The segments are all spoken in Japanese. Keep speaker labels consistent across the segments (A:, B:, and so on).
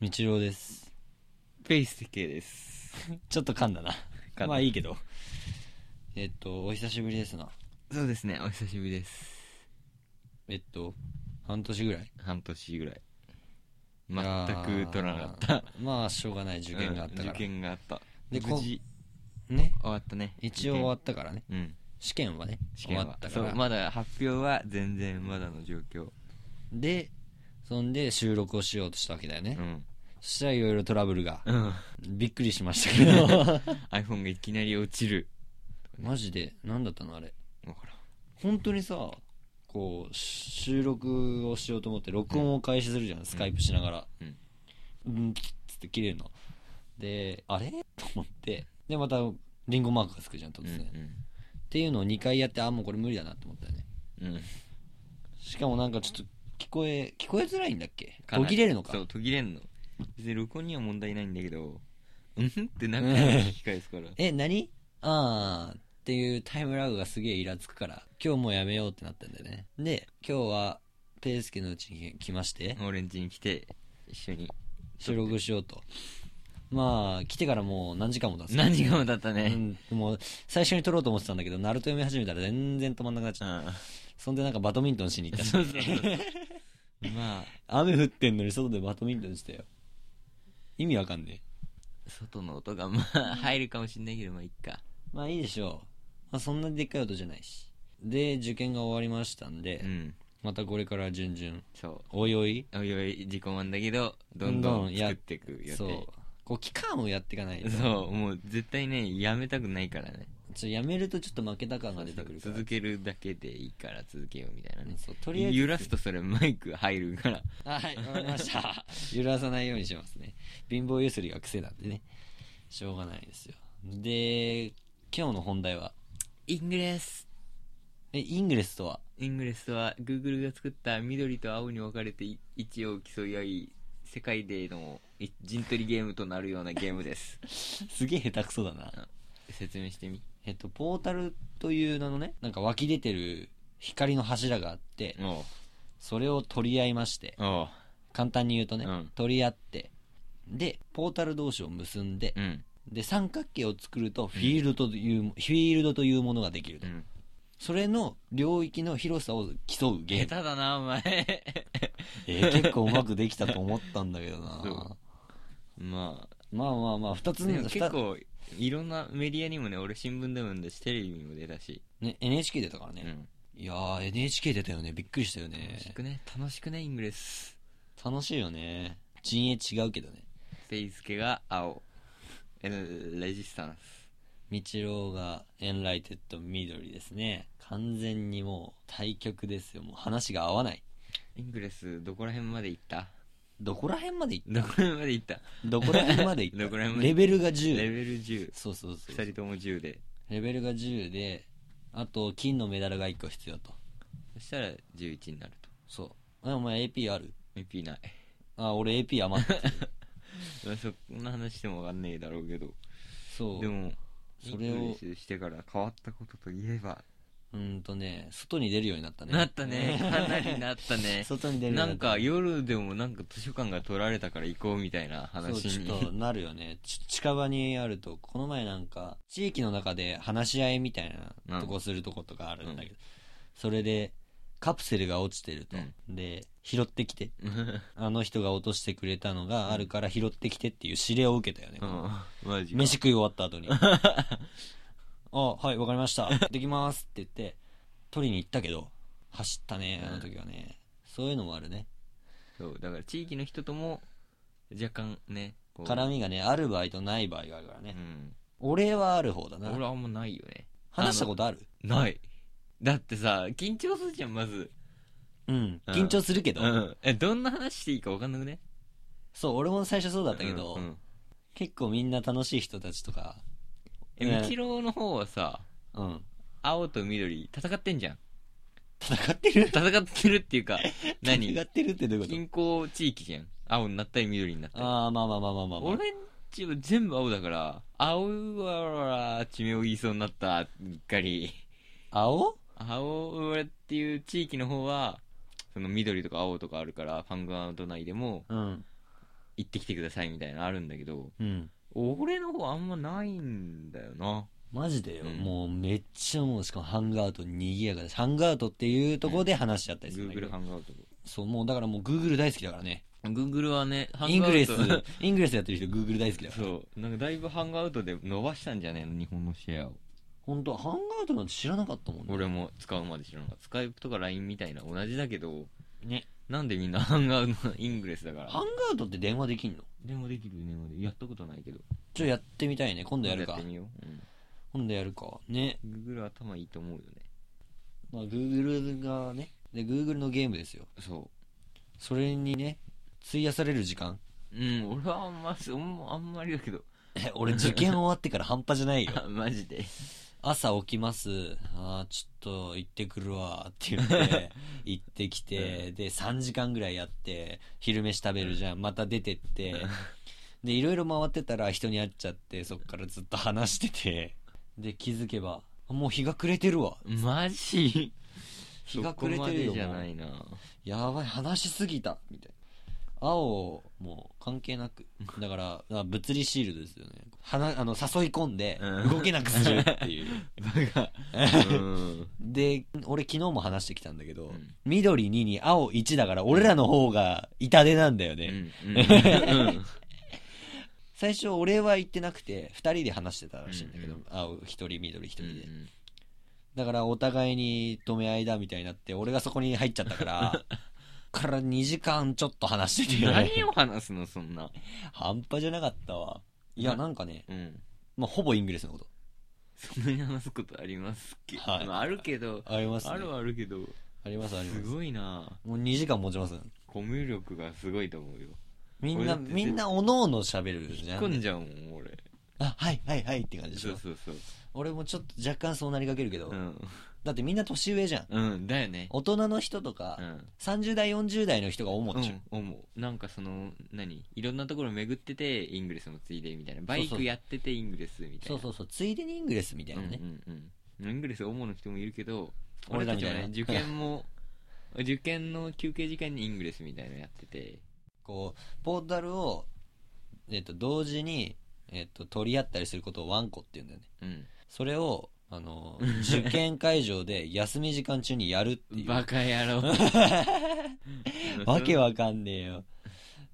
A: 道郎です。
B: ペイステ系です。
A: ちょっと噛んだな。
B: だ
A: まあいいけど。えっと、お久しぶりですな。
B: そうですね、お久しぶりです。
A: えっと、半年ぐらい。
B: 半年ぐらい。全く取らなかっ
A: いや
B: た。
A: ー。まあ、しょうがない受験があったか
B: うん
A: ら。
B: 受験があった。
A: でこ
B: 無事、
A: ね。
B: 終わったね。
A: 一応終わ
B: っ
A: ったからね。
B: た。うん。
A: 試験はね、
B: 試
A: 終
B: 験
A: わ
B: は
A: ったか
B: そ
A: ら。
B: う、まだ発表は全然まだの状況。
A: で、そんで収録をしようとしたわけだよね。
B: うん。
A: そしたらいろいろトラブル が。
B: うん。
A: びっくりしました けど。
B: iPhone がいきなり落ちる。
A: マジで、なんだったのあれ。
B: わからん。
A: 本当にさ、こう、収録をしようと思って、録音を開始するじゃん、スカイプしながら。
B: うん。
A: うん、つって切れるの。で、あれ と思って。で、また、リンゴマークがつくじゃん、突
B: うん
A: 然。っていうのを2回やって、あ、もうこれ無理だなって思ったよね。
B: うん。うん。
A: しかもなんかちょっと、聞こえ、聞こえづらいんだっけ
B: かな
A: 途
B: り
A: 切れるのか。
B: そう、途切れんの。別に録音には問題ないんだけど、うんって何回も聞き返すから。
A: え、何あーっていうタイムラグがすげえイラつくから、今日もうやめようってなったんだよね。で、今日は、ペースケのうちに来まして、
B: オレンジに来て、一緒に。
A: 収録しようと。まあ、来てからもう何時間も経つ。
B: 何時間も経ったね。
A: うん、もう最初に撮ろうと思ってたんだけど、ナルト読み始めたら全然止まんなくなっちゃっ
B: う
A: た。そんでなんかバドミントンしに行った
B: ん。
A: し
B: そうそうそう。まあ、
A: 雨降ってんのに外でバドミントンしてたよ。意味わかんねえ。
B: 外の音がまあ入るかもしんないけど、まあいっか。
A: まあいいでしょう。まあそんなでっかい音じゃないし。で、受験が終わりましたんで、
B: うん。
A: またこれから順々、
B: そ
A: おいおい、
B: う。おいおい、自己満だけど、ど
A: どん
B: んど
A: どん
B: ん
A: や
B: 作っていく予定。
A: そう。こう期間をやっていかないと。
B: そう。
A: ちょ
B: もう絶対ね、やめたくないからね。
A: っとやめるとちょっと負けた感が出てくるから。
B: 続けるだけでいいから続けようみたいなね。
A: そうとりあえず
B: 揺らすとそれマイク入るから。
A: はい、わかりました。 揺らさないようにしますね。貧乏ゆすりが癖なんでね。しょうがないですよ。で、今日の本題は、
B: イングレス。
A: え、イングレスとは
B: イングレスとは Google が作った緑と青に分かれて位置を競い合い、世界での陣取りゲームとなるようなゲーム です。
A: すげえ下手くそだな。
B: 説明してみ。
A: えっと、ポータルという名のね、なんか湧き出てる光の柱があって、
B: おう。
A: それを取り合いまして、
B: おう。
A: 簡単に言うとね、
B: うん
A: 取り合って、で、ポータル同士を結んで
B: う、ん。
A: で、三角形を作ると、フィールドという、フィールドというものができると。
B: うん。
A: それの領域の広さを競うゲー
B: 下
A: ム。
B: 手だな、お前。
A: えー結構うまくできたと思ったんだけどな
B: そう まあ、
A: まあまあまあ2つ
B: で
A: ね
B: も結構、いろんなメディアにもね、俺新聞でも読んだし、テレビにも出たし。
A: ね NHK 出たから
B: う
A: ね、
B: ん。
A: いやー NHK 出たよねびっくりしたよね
B: 楽しくね、楽しくね、イングレス。
A: 楽しいよね陣営違うけどね
B: ペイスケが青。えーレジスタンス。
A: 日郎がエンライテッド緑ですね完全にもう対局ですよもう話が合わない
B: イングレス、どこら辺まで行った
A: どこら辺までい
B: どこら辺まで行った
A: どこら辺までいった
B: どこら辺まで
A: レベルが
B: レ
A: 10
B: ベル10。
A: そうそうそう
B: 二人とも10で。
A: レベルが10であと金のメダルが1個必要と
B: そしたら11になると。
A: そうあお前 AP ある
B: MP ない。
A: あ俺 AP 余 ってる
B: まあそんな話してもわかんねえだろうけど。
A: そう
B: でも、
A: それを
B: イングレスしてから変わったことといえば、
A: うーんとね、外に出るようになったね。
B: なった ね。かなりなったね。
A: 外に出るよ
B: な
A: うに
B: ん
A: な
B: か
A: ったね
B: 夜でもなんか図書館が取られたから行こうみたいな話
A: そう、
B: に。
A: ちょっとなるよね。ち近場にあると、この前なんか、地域の中で話し合いみたいなとこするとことかあるんだけど、それで、カプセルが落ちてると。で、拾ってきて。あの人が落としてくれたのがあるから拾ってきてっていう指令を受けたよね。
B: うん、マジか。
A: 飯食い終わった 後に。あ、はい、わかりました。できますって言って、取りに行ったけど、走ったね、あの時はね。そういうのもあるね。
B: そう、だから地域の人とも若干ね、こう
A: 絡みがね、ある場合とない場合があるから
B: う
A: ね。
B: ん。
A: 俺はある方だな。
B: 俺はあんまないよね。
A: 話したことある
B: ない。だってさ、緊張するじゃん、まず。
A: うん。
B: うん
A: 緊張するけど。
B: うん。え、どんな話していいか分かんなくね
A: そう、俺も最初そうだったけど、
B: うんうん
A: 結構みんな楽しい人たちとか。
B: え、道郎の方はさ、
A: うん。
B: 青と緑戦ってんじゃん。
A: 戦ってる
B: 戦ってるってい うか、何
A: 戦ってるってどういうこ
B: 近郊地域じゃん。青になったり緑になった
A: と
B: り。
A: ああ、まあまあまあまあまあ、まあ。
B: 俺んちは全部青だから、青は、地名を言いそうになった、うっかり。
A: 青
B: 青浦っていう地域の方は、その緑とか青とかあるから、パングアウト内でも、
A: うん。
B: 行ってきてくださいみたいなのあるんだけど、
A: うん。
B: 俺の方あんまないんだよな。
A: マジでよ、
B: うん
A: もうめっちゃもう、しかもハンガート賑やかだし、ハンガートっていうところで話しちゃったりするんだけど
B: Google ハンガウト。
A: そう、もうだからもう Google 大好きだからね。
B: Google はね、ハ
A: イン
B: ンガ
A: グレ
B: ウ
A: ス
B: ト。、
A: イングレスやってる人 Google 大好きだから。
B: そう。なんかだいぶハンガウトで伸ばしたんじゃねえの日本のシェアを。
A: 本当ハンガートなんて知らなかったもんね。
B: 俺も使うまで知らなかった。スカイプとか LINE みたいな同じだけど、
A: ね。
B: なんでみんな ハンガウト、イングレスだか
A: ハン
B: ら。
A: ガートって電話できんの
B: でもできるね、まで。やったことないけど。
A: ちょ、やってみたいね。今度やる
B: や
A: か
B: って。みよう。
A: 今度やるか。ね。
B: うん。Google 頭いいと思うよね。
A: まあ、Google がね。で、Google のゲームですよ。
B: そ
A: それにね、費やされる時間。
B: う。うん、俺はあんま、そんあんまりだけど。
A: え俺、受験終わってから半端じゃないよ。
B: あ マジで。
A: 朝起きます。ああ、ちょっと行ってくるわ。って言って、行ってきて、で、3時間ぐらいやって、昼飯食べるじゃん。また出てって。で、いろいろ回ってたら人に会っちゃって、そっからずっと話してて。で、気づけば、あもう日が暮れてるわ。
B: マジ
A: 日が暮れてるよ
B: そこまでじゃ
A: もう
B: ないな。
A: やばい、話しすぎた。みたいな。青、もう関係なく。だから、あ物理シールドですよね。はなあの、誘い込んで
B: う、ん
A: 動けなくするっていう。
B: バカ。 うん。
A: で、俺昨日も話してきたんだけど、
B: うん
A: 緑2に青1だから、俺らの方が痛手なんだよね。
B: うん。うん。
A: 最初俺は言ってなくて、二人で話してたらしいんだけど、
B: うんうん
A: 青一人、緑一人で。だからお互いに止め合いだみたいになって、俺がそこに入っちゃった から、から2時間ちょっと話してて、
B: 何を話すの、そんな。
A: 半端じゃなかったわ。いや、なんかね、
B: うん。
A: まあ、ほぼイングレスのこと。
B: そんなに話すことありますっけ、
A: はい
B: まあ、あるけど、
A: ありますね。
B: あるはあるけど、
A: あります、ありますす。
B: ごいな
A: もう2時間持ちます。
B: コミュ力がすごいと思うよ。
A: みん
B: 俺だ
A: な、
B: って
A: みんなおのおの喋るじゃ
B: 込ん
A: ん。
B: じゃうもん、俺。
A: あ、はい、はい、はいって感じでし
B: そ
A: ょ
B: う。そうそう。
A: 俺もちょっと若干そうなりかけるけど、
B: うん。
A: だってみんな年上じゃん
B: うん、だよね。
A: 大人の人とか、
B: うん。
A: 30代40代の人が主
B: う
A: でしょ、
B: ん、思うなんかその何いろんなところ巡っててイングレスもついでみたいなバイ
A: そう
B: ク
A: そう
B: やっててイングレスみたいな
A: そうそうそうついでにイングレスみたいなね、
B: うんうんうん、イングレス主の人もいるけど
A: 俺
B: 俺
A: ら
B: た
A: み
B: ち
A: たい
B: は
A: な
B: ね受 験も受験の休憩時間にイングレスみたいなのやってて
A: こうポータルを、えっと同時に、えっと取り合ったりすることをワンコって言うんだよね
B: うん
A: それをあ の受験会場で休み時間中にやるっていう
B: バカ 野郎
A: わけわかんねえよ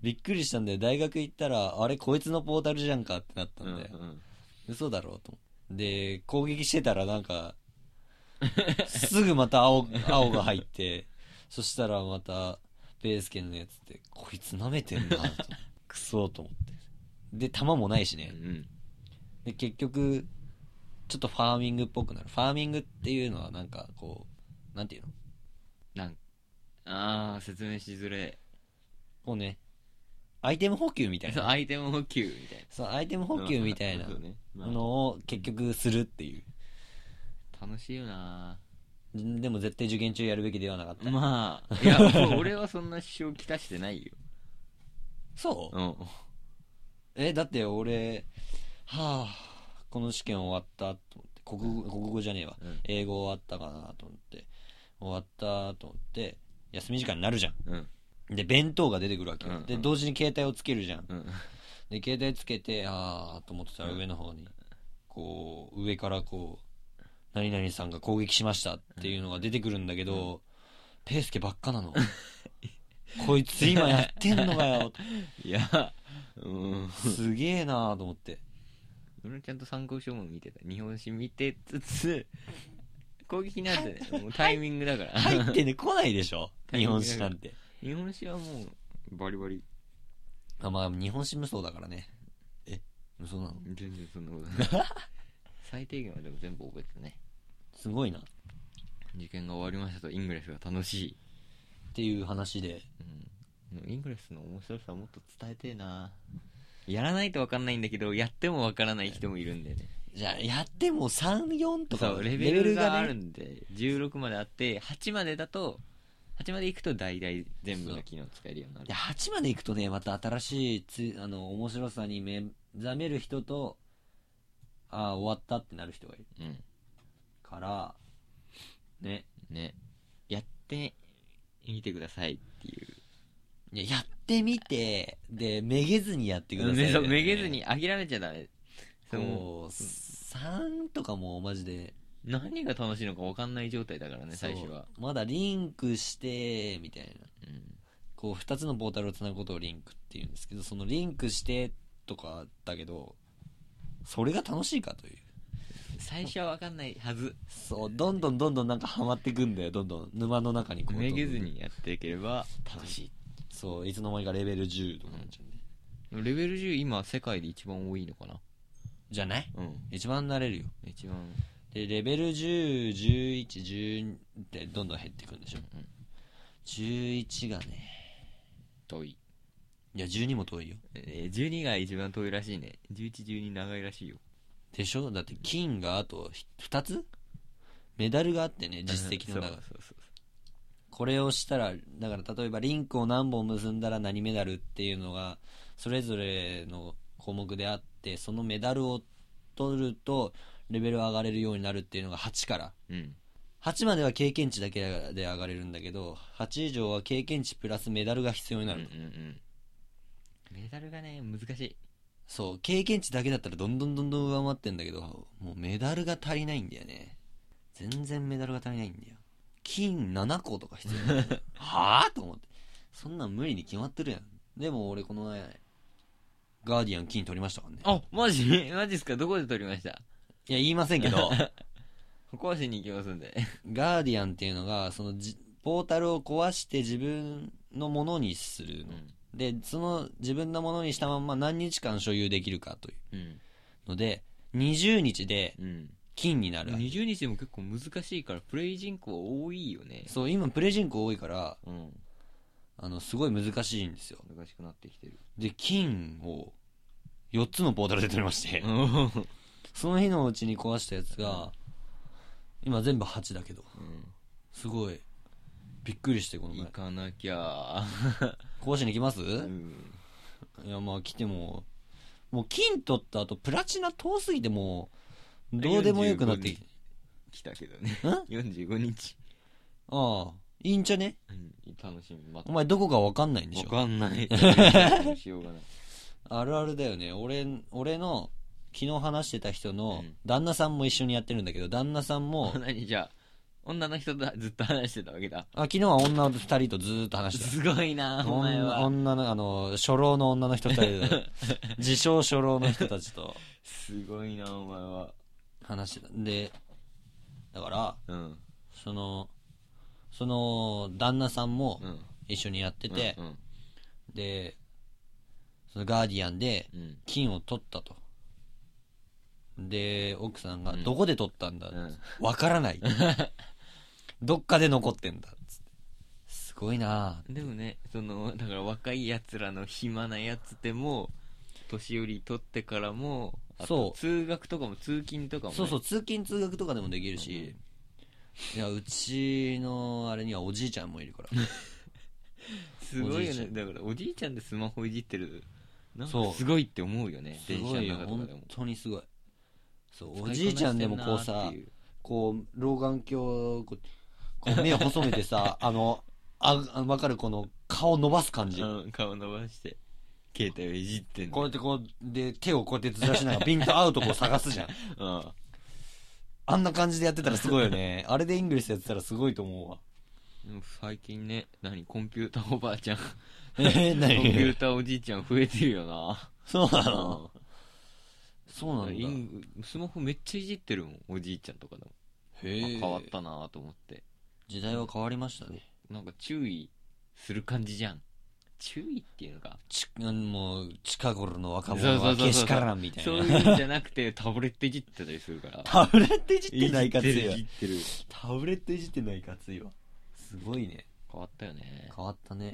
A: びっくりしたんだよ大学行ったらあれこいつのポータルじゃんかってなった
B: うんんう
A: だよ、
B: ん
A: 嘘だろうと思ってで攻撃してたらなんかすぐまた 青青が入ってそしたらまたベースケのやつってこいつ舐めて んなと思ってクソと思ってで弾もないし
B: う
A: ね
B: ん
A: で結局ちょっとファーミングっぽくなるファーミングっていうのはなんかこうなんていうの
B: なんあー説明しづれ
A: こうねアイテム補給みた
B: え
A: い
B: そう
A: な
B: アイテム補給みたい
A: そうアイテム
B: な
A: 補給みたいな
B: そうねまあ
A: のを結局するっていう
B: 楽しいよなん
A: でも絶対受験中やるべきではなかった
B: ま あいやもう俺はそんな支障きたしてないよ
A: そう
B: うん
A: えだって俺はあこの試験終わったと思って国語国語じゃねえわ、
B: うん
A: 英語終わったかなと思って終わったと思って休み時間になるじゃ
B: うん
A: んで弁当が出てくるわけよ、
B: うんうん
A: で同時に携帯をつけるじゃん
B: うん
A: で携帯つけてああと思ってたら
B: うん
A: 上の方にこう上からこう「何々さんが攻撃しました」っていうのが出てくるんだけど、ペースケばっかなのこいつ今やってんのか よ
B: いやうん
A: すげえなーと思って
B: 俺はちゃんと参考書も見てた日本史見てつつ攻撃なんて、ね、もうタイミングだから、
A: 入ってね、来ないでしょ
B: タ
A: 日
B: イミン
A: 本
B: グ
A: 史なんて。
B: 日本史はもうバリバリ
A: あまあ、日本史無双だからね。え無双なの
B: 全然そんなこ とない最低限はでも全部覚えてたね
A: すごいな。っ
B: 受験が終わりましたとイングレスが楽しい、
A: ていう話で。
B: うん、イングレスの面白さをもっと伝えてえなやらないと分かんないんだけどやっても分からない人もいるんだよね
A: じゃあ、やっても3、4とか
B: そうレベルがある
A: ね。
B: んで、16まであって8までだと8まで行くと大々全部の機能使えるようになる
A: で8まで行くとね、また新しいつ、あの、面白さに目覚める人と、ああ、終わったってなる人がいる
B: うん
A: から、ね。
B: ねやってみてくださいっていう
A: いや、やっってみて、で、めげずにやってください、
B: めそうめげず。に諦めちゃダメ。その
A: こう、3とかもマジで、
B: 何が楽しいのか分かんない状態だからね、最初は。
A: そうまだリンクして、みたいな。
B: うん
A: こう、2つのポータルをつなぐことをリンクっていうんですけど、そのリンクしてとかだけど、それが楽しいかという。
B: 最初は分かんないはず。
A: そう、どんどんどんどんなんかハマっていくんだよ、どんどん。沼の中にこう。
B: めげずにやっていければ楽しい。
A: そう、いつの間にかレベル10とかになっちゃうね。
B: レベル10今世界で一番多いのかな
A: じゃない
B: うん。
A: 一番慣れるよ。
B: 一番。
A: で、レベル10、11、12ってどんどん減っていくんでしょ。
B: うん
A: 11がね、
B: 遠い。
A: いや、12も遠いよ。
B: えー、12が一番遠いらしいね。11、12長いらしいよ。
A: でしょだって金があと2つメダルがあってね、実績の
B: そう
A: 中
B: そう
A: で。
B: そう
A: これをしたら、だから例えばリンクを何本結んだら何メダルっていうのが、それぞれの項目であって、そのメダルを取ると、レベル上がれるようになるっていうのが8から。
B: そう。うん。
A: 8までは経験値だけで上がれるんだけど、8以上は経験値プラスメダルが必要になる。
B: うんうんうんメダルがね難しい
A: そう、経験値だけだったらどんどんどんどん上回ってんだけど、もうメダルが足りないんだよね。全然メダルが足りないんだよ。金7個とか必要なのはぁと思って。そんなん無理に決まってるやん。でも俺この前、ガーディアン金取りましたからね。
B: あマジ マジっすかどこで撮りました
A: いや、言いませんけど、
B: 歩行しに行きますんで
A: ガーディアンっていうのが、そのじ、ポータルを壊して自分のものにするの。で、その自分のものにしたまんま何日間所有できるかという
B: うん
A: ので、20日で
B: うん
A: 金になるわけ
B: 20日でも結構難しいからプレイ人口多いよね
A: そう、今プレジンコ多いから、
B: うん
A: あの、すごい難しいんですよ。
B: 難しくなってきてる
A: で、金を、4つのポータルで取りまして、
B: うん
A: その日のうちに壊したやつが、今全部8だけど、すごい、びっくりして、この前
B: 行。かなきゃ
A: 壊しに来ます、
B: うん
A: いや、まあ来ても、もう金取った後、プラチナ遠すぎてもう、どうでもよくなってきて、
B: 来たけどね
A: んあ
B: 45日
A: あ、いいんじゃね
B: うん楽しみま
A: お前どこかわかんないんでし
B: わ
A: ょ
B: かんないしようがない
A: あるあるだよね。俺、俺の、昨日話してた人の
B: うん、、
A: 旦那さんも一緒にやってるんだけど、旦那さんも
B: 何じゃあ女の人とずっと話してたわけだ
A: あ昨日は女の二人とずーっと話して
B: すごいな
A: た。
B: お前は
A: 女女の、あの、初老の女の人たち と、自称初老の人たちと
B: すごいなお前は
A: 話してた。で、だから、
B: うん
A: その、その、旦那さんも
B: うん
A: 一緒にやってて、
B: うん
A: で、そのガーディアンで
B: うん
A: 金を取ったと。で、奥さんが、
B: うん
A: どこで取ったんだ
B: うん
A: わから ない。どっかで残ってんだ。つってすごいなぁ
B: でもねそのだから若いやつらの暇なやつでも年寄り取ってからもあ
A: そう
B: と通学とかも通勤とかも、ね、
A: そうそう、通勤通学とかでもできるし、いや、うちのあれにはおじいちゃんもいるから。
B: すごい
A: お
B: よ
A: じい
B: ね
A: ち
B: だからおじいちゃんでスマホいじってるなん
A: そ
B: か
A: う
B: すごいって思うよね
A: す
B: 電車
A: ご
B: の
A: いよ、
B: 中とかで
A: 本
B: も
A: 当にすごい。そう、おじいちゃんでもこうさ
B: 使いこなしてんなーって、いう
A: こう、老眼鏡、こう、こう目を細めて さ、あの、あ、あわかるこの、顔伸ばす感じ。
B: うん顔伸ばして携帯をいじってんの
A: こうやってこう、で、手をこうやってずらしながら、ピンと合うとこを探すじゃん。
B: うん
A: あんな感じでやってたらすごいよね。あれでイングリッシュやってたらすごいと思うわ。
B: でも最近ね何コンピューターおばあちゃんコ
A: えー、
B: ンピュ
A: 何
B: ーターおじいちゃん増えてるよな
A: そうなの
B: う
A: そうなん
B: イ
A: んだ。
B: ンスマホめっちゃいじってるもんおじいちゃんとかでも、
A: へ
B: あ変わったなと思って
A: 時代は変わりましたね。
B: なんか注意する感じじゃん注意っていうのか
A: ち、もう、近頃の若
B: そう
A: 者
B: そう
A: は
B: そうそう
A: けしからんみたい
B: そう
A: な。
B: いうんじゃなくてタブレットいじってたりするか ら
A: タブレット いじってないかつ
B: いじ
A: い
B: って
A: わ
B: るい。じってる
A: タブレットいじってないかついわ。すごいね。
B: 変わったよね
A: 変わったね。